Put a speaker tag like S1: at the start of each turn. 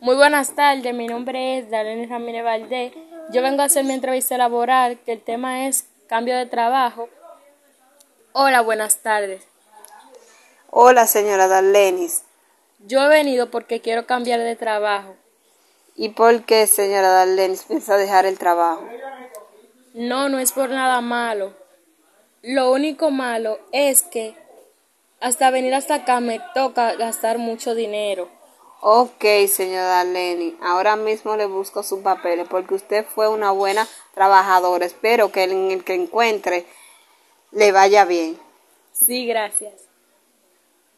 S1: Muy buenas tardes, mi nombre es Darlene Ramírez Valdés. Yo vengo a hacer mi entrevista laboral, que el tema es cambio de trabajo. Hola, buenas tardes.
S2: Hola, señora Darlenis.
S1: Yo he venido porque quiero cambiar de trabajo.
S2: ¿Y por qué, señora Darlenis, piensa dejar el trabajo?
S1: No, no es por nada malo. Lo único malo es que hasta venir hasta acá me toca gastar mucho dinero.
S2: Ok, señora Lenny, ahora mismo le busco sus papeles porque usted fue una buena trabajadora. Espero que en el que encuentre le vaya bien.
S1: Sí, gracias.